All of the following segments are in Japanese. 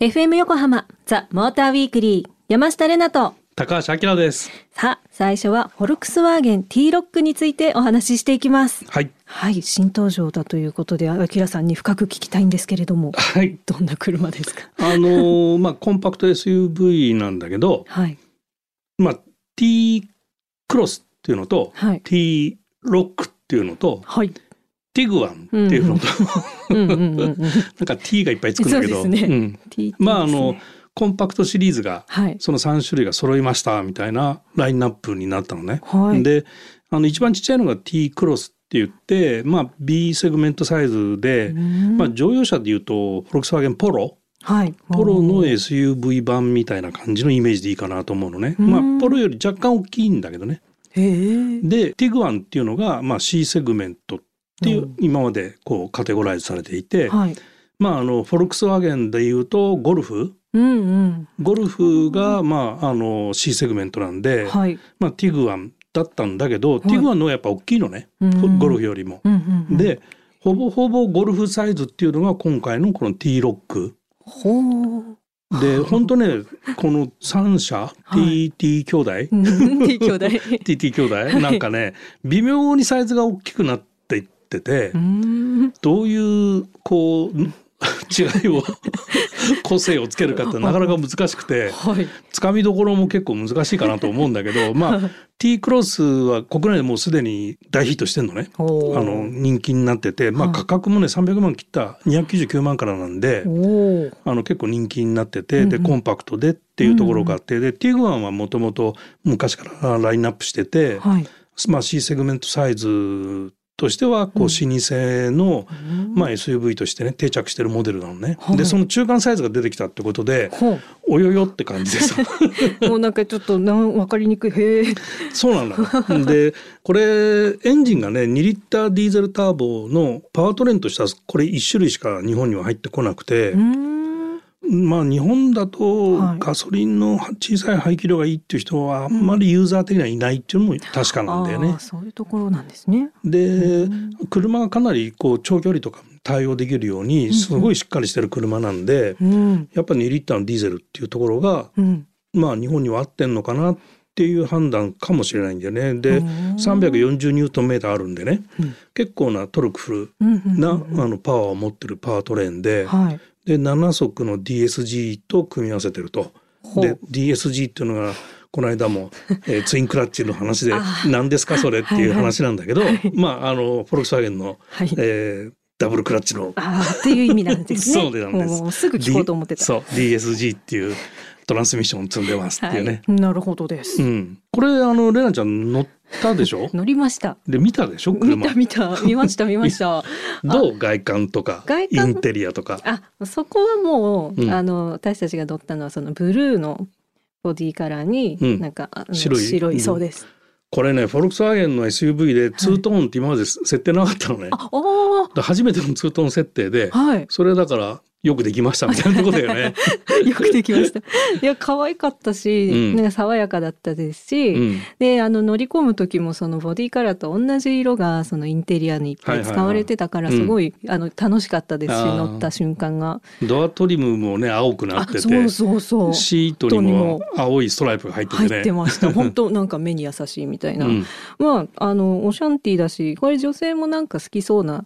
FM 横浜ザ・モーターウィークリー山下れなと高橋明です。さあ最初はフォルクスワーゲン T ロックについてお話ししていきますはい。はい新登場だということであきらさんに深く聞きたいんですけれどもはい。 どんな車ですかあのーまあ、コンパクト SUV なんだけど、はいまあ、T クロスっていうのと、はい T ロックっていうのと、はいティグワンっていうのと、うんうん うんうんなんか T がいっぱいつくんだけど、そうですねん TT まあ、あのですね、コンパクトシリーズが、はいその3種類が揃いました、みたいなラインナップになったのね。はいで、あの、一番ちっちゃいのが T クロスって言って、まあ、B セグメントサイズで、うんまあ、乗用車でいうと、フォルクスワーゲンポロ、はいポロのおー SUV 版みたいな感じのイメージでいいかなと思うのね。うんまあ、ポロより若干大きいんだけどね。へーで、ティグワンっていうのが、まあ、C セグメントっていうう、今までこうカテゴライズされていて、はいまあ、あの、フォルクスワーゲンでいうと、ゴルフ。うんゴルフが、まあ、あの、C セグメントなんうでん、はいまあ、ティグワンだったんだけど、いティグワンの方がやっぱ大きいのね。うんゴルフよりも。うんうんうんで、ほぼほぼゴルフサイズっていうのが今回のこの T ロック。ほ うで本当ねこの3社い TT 兄弟、うん兄弟 TT 兄弟、いなんかね微妙にサイズが大きくなっていってて、 うんどういうこう違いを 個性をつけるかってなかなか難しくてはいつかみどころも結構難しいかなと思うんだ けどまあ T クロスは国内でもうすでに大ヒットしてんのね。ああの人気になってて、まあ、はい価格もね300万切った299万からなんで、おおあの結構人気になってて、うでんうんコンパクトでっていうところがあって、でティグワンはもともと昔からラインナップしてて、はいまあ、C セグメントサイズとしてはこううん老舗の、ままあ、SUV としてね定着してるモデルなのね、はいでその中間サイズが出てきたってことでほおよよって感じ でさうもうなんかちょっとなんわかりにくいへえそうなんだよでこれエンジンがね2リッターディーゼルターボのパワートレーンとしてはこれ1種類しか日本には入ってこなくて。うんまあ日本だとはいガソリンの小さい排気量がいいっていう人はあんまりユーザー的にはいないっていうのも確かなんだよあねー。そういうところなんですねでうん車がかなりこう長距離とか対応できるようにすごいしっかりしてる車なんでうんやっぱ2リッターのディーゼルっていうところがうんまあ日本には合ってんのかなっていう判断かもしれないんだよね。でうん340ニュートンメーターあるんでねうん結構なトルクフルうんうんうんなあのパワーを持ってるパワートレーンではいで7速の DSG と組み合わせてると。ほでう DSG っていうのがこの 間も、えーツインクラッチの話であー何ですかそれってはいはいうい話なんだけどはいまああのフォルクスワーゲンの、はいえーダブルクラッチのああっていう意味なんですね そうなんですもうすぐ聞こうと思ってた D- そう DSG っていうトランスミッション積んでますっていうね。はいなるほどですうん、これあのレナちゃん乗ったでしょ乗りましたで見たでしょ見車た見た見ました見ましたどう外観とか外イ観ンテリアとか。あそこはもう、うんあの私たちが乗ったのはそのブルーのボディカラーに、うんなんかあの白い白うんいそうです。これねフォルクスワーゲンの SUV でツートーンって今まで設定なかったのね。あおーで初めてのツートーン設定で、はい それだからよくできましたみたいなとこだよね。よくできま した。いや可愛かったし、うんなんか爽やかだったですし、うん、であの乗り込む時もそのボディカラーと同じ色がそのインテリアにいっぱい使われてたから、はいはいはいすごい、あの楽しかったですしあー乗った瞬間が。ドアトリムもね青くなあっててそうそうそうシートにも青いストライプが入っててね。入ってました本当なんか目に優しいみたいな。うんまあ、あのオシャンティーだしこれ女性もなんか好きそうな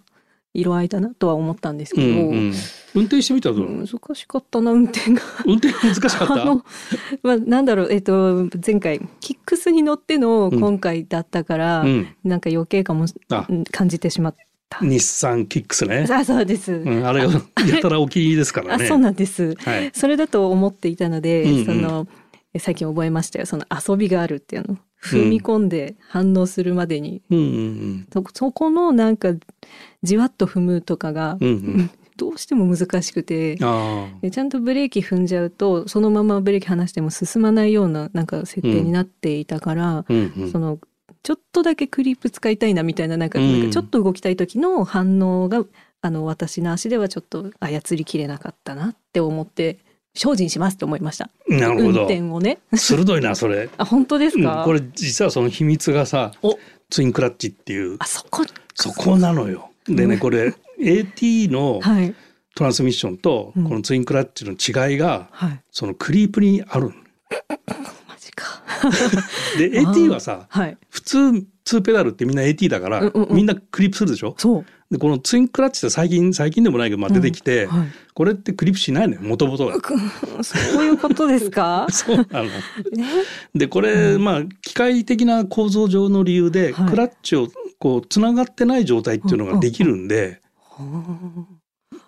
色合いだなとは思ったんですうけんど、うん、運転してみたらどうなの難しかったな運転が。運転難しかったあの、まあ、なんだろう、えっと、前回キックスに乗ってのうん今回だったから、うん、なんか余計かもしあうん感じてしまっ日産キックスね、た。あそうです、うん、あれがやたらお気に入りですからあね。そうなんです。はい、それだと思っていたので、うんうんそのえ最近覚えましたよその遊びがあるっていうの踏み込んで反応するまでに、うんうんそそこのなんかじわっと踏むとかがうんうんどうしても難しくてうん、あでちゃんとブレーキ踏んじゃうとそのままブレーキ離しても進まないようななんか設定になっていたから、あ、うんうんそのちょっとだけクリップ使いたいなみたいななんか,、うんなんかちょっと動きたい時の反応があの私の足ではちょっと操りきれなかったなって思って精進しますと思いましたなるほ運ど転をね鋭いなそれ。あ本当ですか、うんこれ実はその秘密がさおツインクラッチっていうあそこそこなのよ。でねこれ AT のはいトランスミッションとこうんのツインクラッチの違いがはい。そのクリープにあるのマジか。で AT はさはい。普通2ペダルってみんな AT だから、うんうんうんみんなクリップするでしょそう。でこのツインクラッチって最近最近でもないけど、まあ、出てきて、はい。これってクリップしないのよもともとが。。そういうことですか そうなのね。でこれ、まあ機械的な構造上の理由で、はいクラッチをこうつながってない状態っていうのができるんで、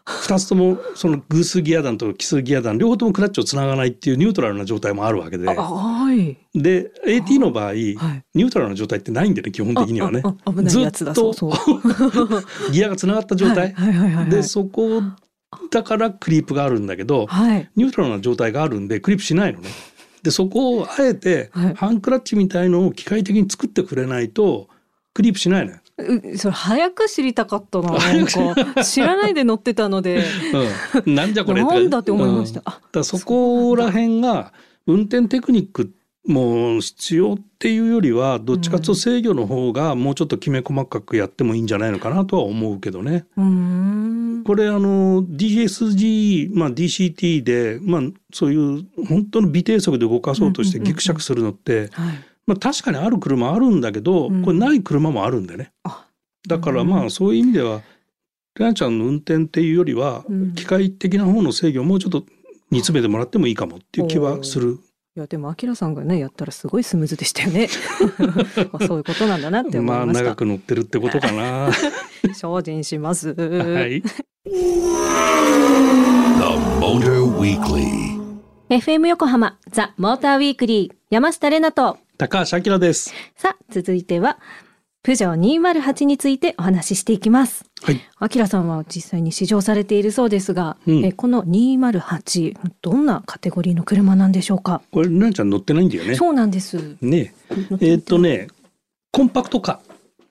2つともその偶数ギア団と奇数ギア団両方ともクラッチをつながないっていうニュートラルな状態もあるわけであはい。で AT の場合ニはい。ュートラルな状態ってないんでね基本的にはねあ。ああ危ないやつだ。ずっとそうそうギアがつながった状態、はいはいはいはい。でそこだからクリープがあるんだけどはい。ニュートラルな状態があるんでクリープしないのね。でそこをあえてはいハンクラッチみたいのを機械的に作ってくれないとクリープし ないのよ。うそれ早く知りたかったな。 なんか知らないで乗ってたので、うん、なんじゃこれなんだって思いましうたん。あだからそこら辺が運転テクニックも必要っていうよりはどっちかというと制御の方がもうちょっときめ細かくやってもいいんじゃないのかなとは思うけどね。うーん。これあの DSG、まあ、DCT で、まあ、そういう本当の微低速で動かそうとしてうんうんうんうギんクシャクするのって、はい。まあ、確かにある車あるんだけどうんこれない車もあるんでね。あだからうんまあそういう意味ではレナちゃんの運転っていうよりはうん機械的な方の制御をもうちょっと煮詰めてもらってもいいかもっていう気はする。いやでもアキラさんがねやったらすごいスムーズでしたよ ね。あそういうことなんだなって思まあいまし長た。く乗ってるってことかな。 精進します。はい。 The Motor Weekly. FM 横浜ザ・モーターウィークリー山下れなと高橋明です。さあ続いてはプジョー208についてお話ししていきますはい。アキラさんは実際に試乗されているそうですが、うんえこの208どんなカテゴリーの車なんでしょうか。これレナちゃん乗ってないんだよね。そうなんです。ねえ。えーっとねコンパクトカ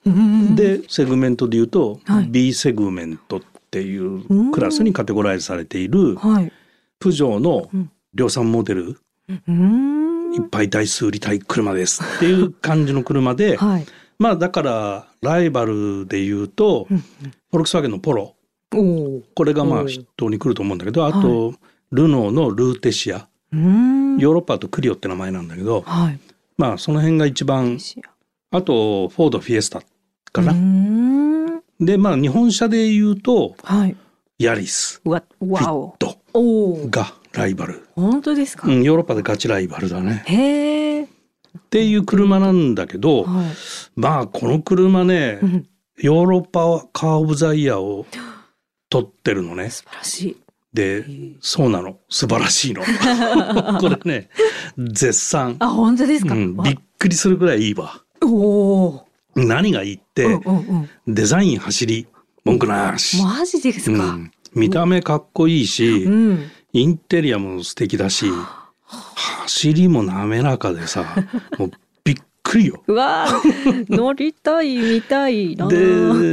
ーで、でセグメントで言うとはい B セグメントっていうクラスにカテゴライズされているはい。プジョーのうん量産モデルうーいっん。ぱい台数売りたい車ですっていう感じの車で。はい。まあだからライバルで言うと、うんフォルクスワーゲンのポロおお。これがまあうん筆頭に来ると思うんだけどあと、ルノーのルーテシアうーん。ヨーロッパだとクリオって名前なんだけど、はい。まあその辺が一番あとフォードフィエスタかな、うーん。でまあ日本車で言うとはい。ヤリスわ、わお。とおお。がライバル、本当ですか。うん、ヨーロッパでガチライバルだねへえ。っていう車なんだけど、はまあこの車ねい。うんヨーロッパカー・オブ・ザ・イヤーを取ってるのね素晴らしい。でそうなの素晴らしい のこれね絶賛、あ、本当ですうか。ん、わびっくりするぐらいいいわおお。何がいいって、うんうんうん。デザイン走り文句なし、マジですうか。ん、見た目かっこいいし、うん。インテリアも素敵だし走りも滑らかでさもうびっくりようわあ 乗りたい見たいな。で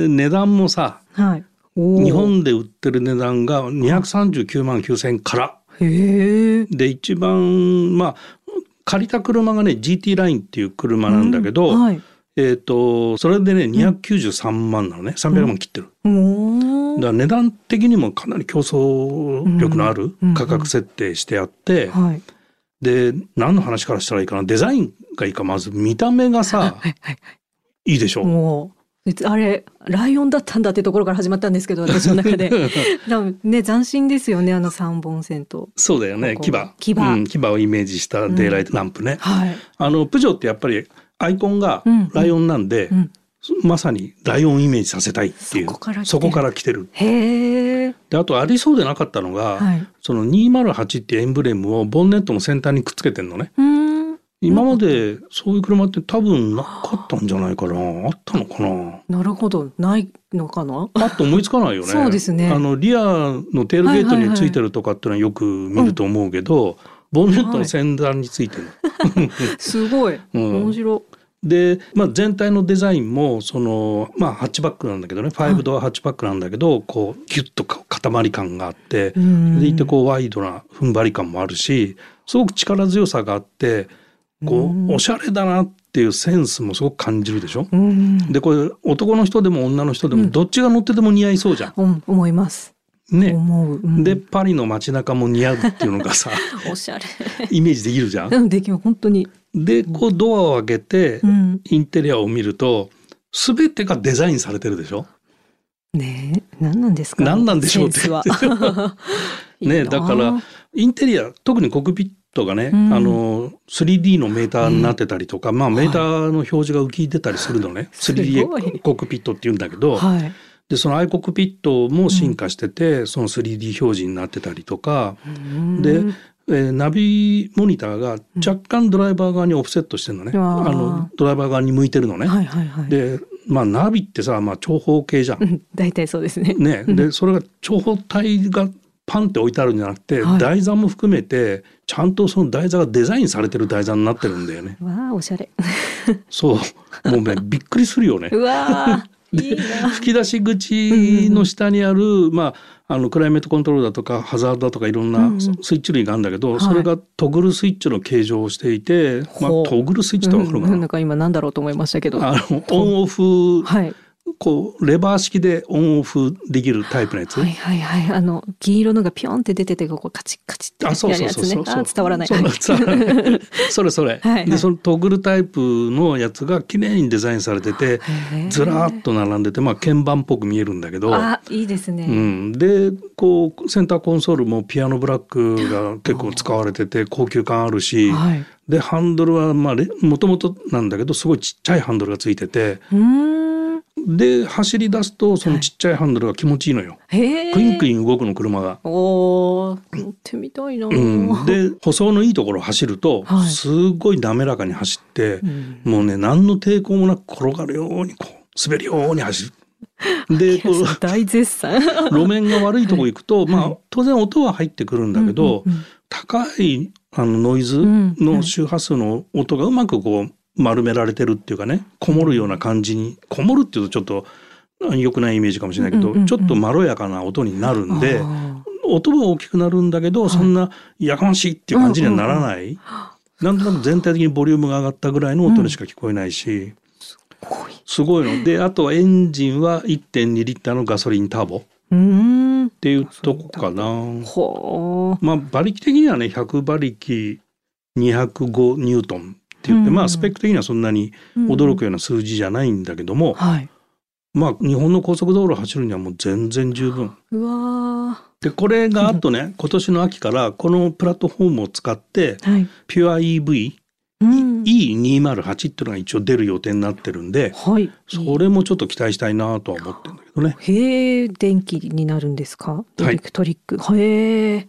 値段もさはい。日日本で売ってる値段が239万9,000円からへえ。で一番まあ借りた車がね GT ラインっていう車なんだけど、はい。えっ、とそれでね293万なのね、300万切ってるおだーから値段的にもかなり競争力のあるうん価格設定してあって、はい。で何の話からしたらいいかなデザインがいいかまず見た目がさはいはいいいでしょもういつあれライオンだったんだってところから始まったんですけど私の中で多分ね斬新ですよねあの三本線とそうだよねこ牙こ牙うん、牙をイメージしたデイライトランプね、はいあのプジョーってやっぱりアイコンがうんライオンなんで、うんまさにライオンイメージさせたいっていうそこから来てるそこから来てるへえであとありそうでなかったのが、はいうその208ってエンブレムをボンネットの先端にくっつけてんのねーん今までそういう車って多分なかったんじゃないかなあったのかななるほどないのかなパッと思いつかないよねそうですねあのリアのテールゲートについてるとかっていうのはよく見ると思うけど、ボンネットの先端についてる、すごいうん面白で、まあ、全体のデザインもその、まあ、ハッチバックなんだけどね5ドアハッチバックなんだけど、こうギュッとこう塊感があって、いうんでいてこうワイドな踏ん張り感もあるしすごく力強さがあってこうんうおしゃれだなっていうセンスもすごく感じるでしょ。うんでこれ男の人でも女の人でもどっちが乗ってても似合いそうじゃん。うん思いますね、思う、うんでパリの街中も似合うっていうの がさおしゃれイメージできるじゃん。うんできる本当にでこうドアを開けてうんインテリアを見ると全てがデザインされてるでしょ。ねえ何なんですか何なんでしょうってセンス はねだからインテリア特にコックピットがね、うんあの 3D のメーターになってたりとか、まあ、メーターの表示が浮き出たりするのね、すごい 3D コックピットっていうんだけど、はいでそのアイコックピットも進化してて、その 3D 表示になってたりとか、でうんえーナビモニターが若干ドライバー側にオフセットしてるのね、うんあーあのドライバー側に向いてるのね。はいはいはいで、まあ、ナビってさ、まあ、長方形じゃんう。ん大体そうですねね、うんでそれが長方体がパンって置いてあるんじゃなくて、はい台座も含めてちゃんとその台座がデザインされてる台座になってるんだよね。わあおし ゃれそうも うねびっくりするよね。うわあで いいな吹き出し口の下にある、まあ、あのクライメートコントロールだとかハザードだとかいろんうんうなんスイッチ類があるんだけど、はいそれがトグルスイッチの形状をしていて、まあほう、トグルスイッチってわかるかうん、な、なんか今なんだろうと思いましたけどあのオンオフ、はい、こうレバー式でオンオフできるタイプのやつ。はいはいはいあの銀色のがピョンって出ててここカチッカチッってあ、そうやるそうやそつうねそう。あー伝わらないそうはい伝わら ないそれそれ。はいで、そのトグルタイプのやつが綺麗にデザインされてて、へーずらーっと並んでて、まあ鍵盤っぽく見えるんだけど。あいいですうね、ん、でこうセンターコンソールもピアノブラックが結構使われて て高級感あるしはいでハンドルはまあれもともとなんだけどすごいちっちゃいハンドルがついててうーんで走り出すとそのちっちゃいハンドルが気持ちいいのよ、へえクインクイン動くの車が。おー乗ってみたいな、うん、で舗装のいいところを走ると、はいすごい滑らかに走って、もうね何の抵抗もなく転がるようにこう滑るように走 る。でこう大絶賛路面が悪いとこ行くと、まあ、当然音は入ってくるんだけど、高いあのノイズんの周波数の音がうまくこう丸められてるっていうかねこもるような感じにこもるっていうとちょっとあ良くないイメージかもしれないけど、うんうんうんちょっとまろやかな音になるんで。あ音も大きくなるんだけど、そんなやかましいっていう感じにはならない、なんとなく全体的にボリュームが上がったぐらいの音にしか聞こえないし、ー濃いすごいのであとはエンジンは1.2リッターのガソリンターボっうーんていうとこかな。ほまあ馬力的にはね100馬力205ニュートンって言って、うんまあスペック的にはそんなにう驚くような数字じゃないんだけども、はいまあ日本の高速道路を走るにはもう全然十分。うわでこれがあとね今年の秋からこのプラットフォームを使ってーはい、ピュア EV、うん、 E208 っていうのが一応出る予定になってるんではいそれもちょっと期待したいなとは思ってるんだけどね。へえ電気になるんですかいエレクトリック、へえ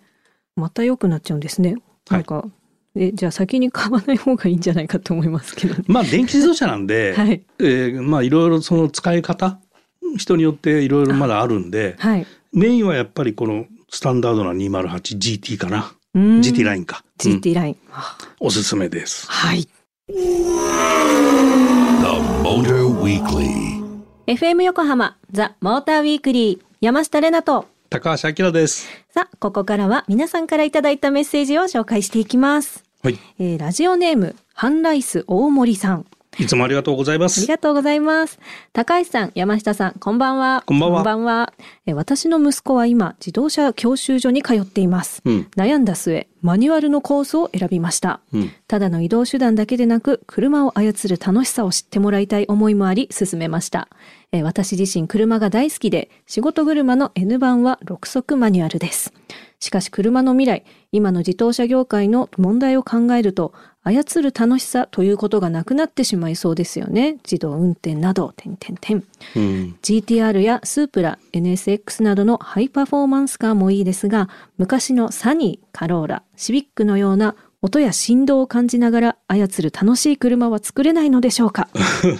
また良くなっちゃうんですねはないんか、えじゃあ先に買わない方がいいんじゃないかと思いますけど、ね、まあ電気自動車なんで、 はいえーまあいろいろその使い方人によっていろいろまだあるんで、はいメインはやっぱりこのスタンダードな 208GT かな、うーん GT ラインか、うん GT ライン、あおすすめですはい The Motor Weekly. FM 横浜ザ・モーターウィークリー山下れなと高橋明ですさあここからは皆さんからいただいたメッセージを紹介していきます、はいえーラジオネームハンライス大森さんいつもありがとうございまありすがとうございます。高橋さん、山下さん、こんばんは。こんばんはえ私の息子は今、自動車教習所に通っています。うん悩んだ末、マニュアルのコースを選びました。うんただの移動手段だけでなく、車を操る楽しさを知ってもらいたい思いもあり、進めました。えー私自身、車が大好きで、仕事車の N 版は6速マニュアルです。しかし、車の未来、今の自動車業界の問題を考えると、操る楽しさということがなくなってしまいそうですよね。自動運転など、点々点。うん GTR やスープラ、NSX などのハイパフォーマンスカーもいいですが、昔のサニー、カローラ、シビックのような音や振動を感じながら操る楽しい車は作れないのでしょうか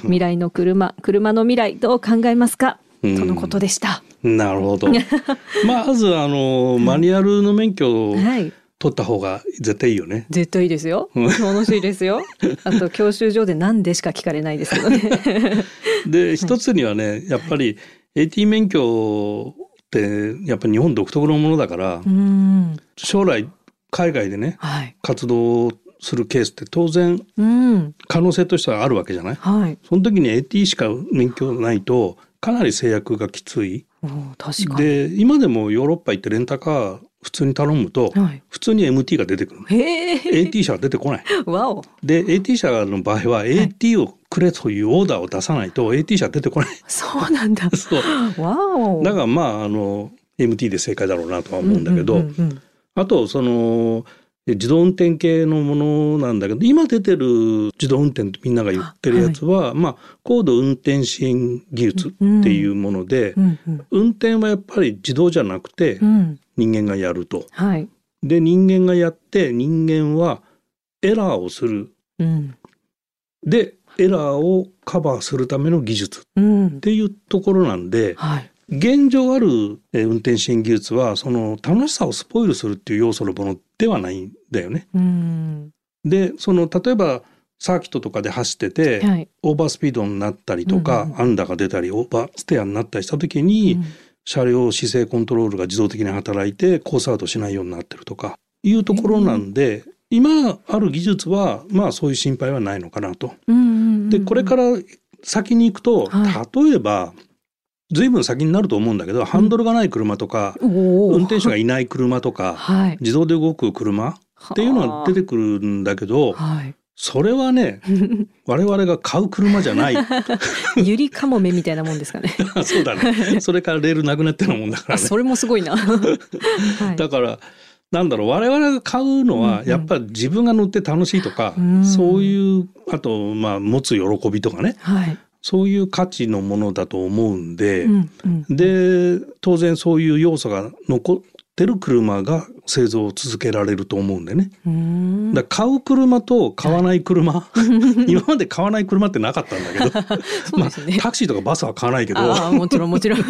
未来の車、車の未来どう考えますかとうんのことでした。なるほどまずあのマニュアルの免許をはい。取った方が絶対いいよね絶対いいですよ楽しいですよあと教習所でなんでしか聞かれないですけどねで一つにはねやっぱり AT 免許ってやっぱり日本独特のものだからうん将来海外でねはい活動するケースって当然うん可能性としてはあるわけじゃないはいその時に AT しか免許ないとかなり制約がきついうん確かに。で今でもヨーロッパ行ってレンタカー普通に頼むとはい。普通に MT が出てく るのへえ。 AT 車は出てこないわお。で AT 車の場合は AT をくれというオーダーを出さないと AT 車出てこないそうなんだ。そうわお。だからまああの MT で正解だろうなとは思うんだけうど、うんうんあとその自動運転系のものなんだけど今出てる自動運転ってみんなが言ってるやつは、まあ、高度運転支援技術っていうもので、うんうん運転はやっぱり自動じゃなくてうんうん。人間がやると。はい。で人間がやって人間はエラーをするうん。でエラーをカバーするための技術っうん。ていうところなんではい。現状あるえー運転支援技術はその楽しさをスポイルするっていう要素のものではないんだよね。うん。でその例えばサーキットとかで走ってて、はい。オーバースピードになったりとか、うんうんアンダーが出たりオーバーステアになったりした時に、うん車両姿勢コントロールが自動的に働いてコースアウトしないようになってるとかいうところなんで、今ある技術はまあそういう心配はないのかなと。うんうんうん。。でこれからら先に行くと、は例えば随分先になると思うんだけどハンドルがない車とか、おお。運転手がいない車とかはい。自動で動く車っていうのは出てくるんだけど、はい。それは ね我々が買う車じゃないゆりかもめみたいなもんですかね。そうだねそれからレールなく なってるもんだからあ、ねそれもすごいな。はい。だからなんだろう我々が買うのうんはうんやっぱり自分が乗って楽しいとか、うんそういうあとまあ持つ喜びとかねはい。そういう価値のものだと思うんで、うんうん。で当然そういう要素が残ってる車が製造を続けられると思うんでね。うーん。だから買う車と買わない車、 今まで買わない車ってなかったんだけどそうですねまあ、タクシーとかバスは買わないけどああもちろんもちろん。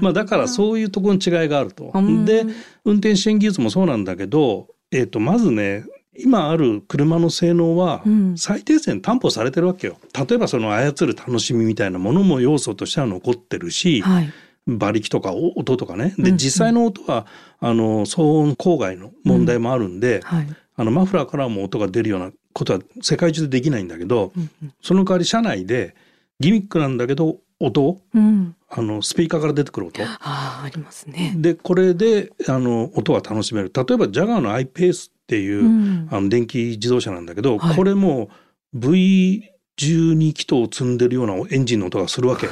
まあ、だからそういうところの違いがあると。うんで運転支援技術もそうなんだけど、えー、とまずね今ある車の性能はうん最低限担保されてるわけよ。例えばその操る楽しみみたいなものも要素としては残ってるし、はい。馬力とか音とかねうんうでん実際の音はあの騒音郊外の問題もあるんで、はい。あのマフラーからも音が出るようなことは世界中でできないんだけどうんその代わり車内でギミックなんだけど音うん。うんあのスピーカーから出てくる音ああありますね。でこれであの音は楽しめる例えばジャガーの iPACE っていうう、んあの電気自動車なんだけど、はいこれも V12 気筒を積んでるようなエンジンの音がするわけ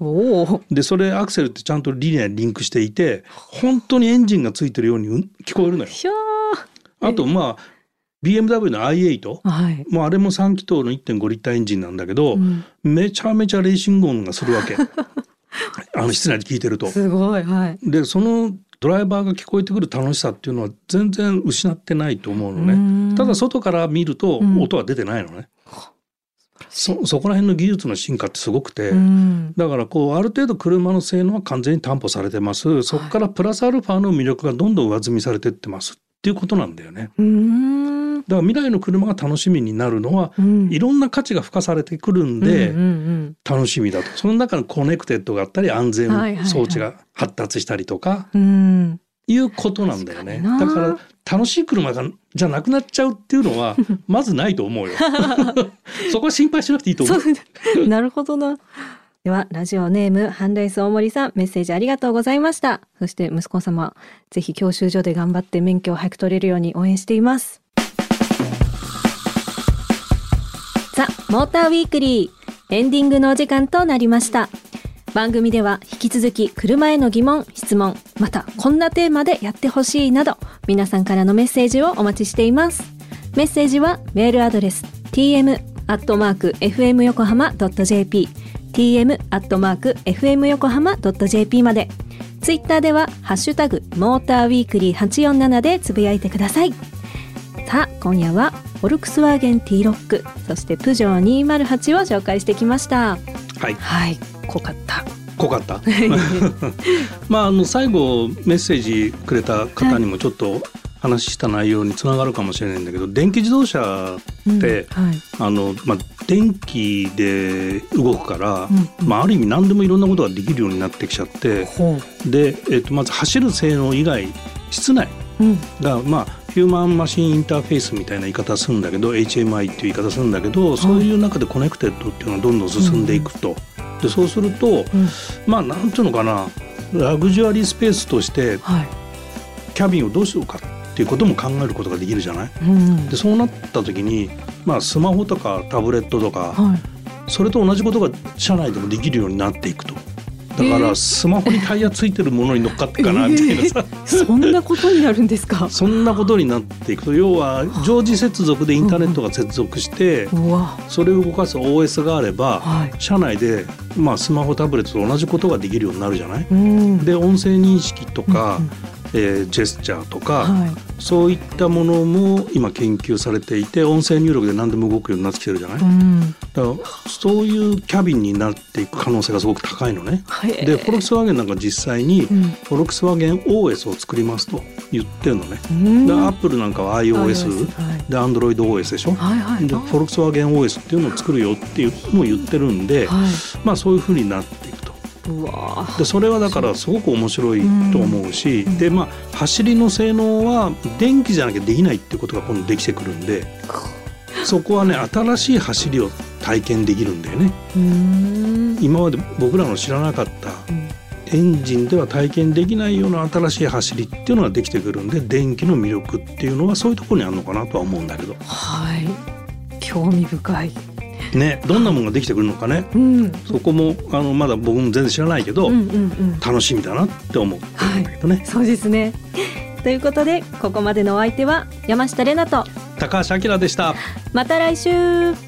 おお。でそれアクセルってちゃんとリニアにリンクしていて本当にエンジンがついてるようにうん聞こえるのよ。ひゃあとまあ BMW の i8 ー。はい。もうあれも3気筒の1.5リッターエンジンなんだけど、うんめちゃめちゃレーシング音がす るわけあの室内で聞いてると。すごいはい。でそのドライバーが聞こえてくる楽しさっていうのは全然失ってないと思うのね、ねただ外から見るとうん音は出てないのね、素晴らしいそそこら辺の技術の進化ってすごくて、うんだからこうある程度車の性能は完全に担保されてますそこからプラスアルファの魅力がどんどん上積みされてってますっていうことなんだよねうーん。だから未来の車が楽しみになるのはうんいろんな価値が付加されてくるんで、うんうん楽しみだとその中にコネクテッドがあったり安はいはいは全い装置が発達したりとか、うん。うん。いうことなんだよね。確かだにかなら楽しい車がじゃなくなっちゃうっていう のはまずないと思うよ。そこは心配しなくていいと思う。 そうなるほどな。ではラジオネームハンレイス大森さんメッセージありがとうございましたそして息子様ぜひ教習所で頑張って免許を早く取れるように応援していますザ・モーターウィークリーエンディングのお時間となりました番組では引き続き車への疑問質問またこんなテーマでやってほしいなど皆さんからのメッセージをお待ちしていますメッセージはメールアドレス tm fm 横浜 jp tm fm 横浜 jp までツイッターではハッシュタグモーターウィークリー847でつぶやいてくださいさあ今夜はフォルクスワーゲン T ロックそしてプジョー208を紹介してきましたはい、はい。濃かった。濃かった。まああの最後メッセージくれた方にもちょっと話した内容につながるかもしれないんだけど、電気自動車って、はい。あのまあ電気で動くから、うんまあある意味何でもいろんなことができるようになってきちゃって、ほでえっとまず走る性能以外室内う。うん。だからまあヒューマンマシンインターフェースみたいな言い方するんだけど HMI っていう言い方するんだけどそういう中でコネクテッドっていうのはどんどん進んでいくとでそうすると、うんまあなんていうのかなラグジュアリースペースとしてはい。キャビンをどうしようかっていうことも考えることができるじゃないうんで。そうなった時に、まあ、スマホとかタブレットとかはい。それと同じことが社内でもできるようになっていくとだかえーらスマホにタイヤついてるものに乗っかってかなみたい なさ、そんなことになるんですか。そんなことになっていくと要は常時接続でインターネットが接続してうわ。それを動かす OS があればはい。社内で、まあ、スマホタブレットと同じことができるようになるじゃないうん。で音声認識とか、うんうんえージェスチャーとか、はい。そういったものも今研究されていて音声入力で何でも動くようになってきてるじゃない、うん。だからそういうキャビンになっていく可能性がすごく高いのね。はい。でフォルクスワーゲンなんか実際にうフん。ォルクスワーゲン OS を作りますと言ってるのね。うんでアップルなんかは iOS はい。で AndroidOS でしょ。はいはい。でフォルクスワーゲン OS っていうのを作るよっていうのを言ってるんで、はい。まあそういうふうになっていくと。うわ。でそれはだからすごく面白いと思うし、うんでまあ走りの性能は電気じゃなきゃできないっていうことが今度できてくるんでそこはね新しい走りを体験できるんだよねうん。今まで僕らの知らなかったうんエンジンでは体験できないような新しい走りっていうのができてくるんで電気の魅力っていうのはそういうところにあるのかなとは思うんだけどはい。興味深い。ねどんなものができてくるのかねうん。そこもあのまだ僕も全然知らないけど、うんうんうん。楽しみだなって思ってるんだけどね、そうですね。 ということでここまでのお相手は山下れなと高橋明でしたまた来週。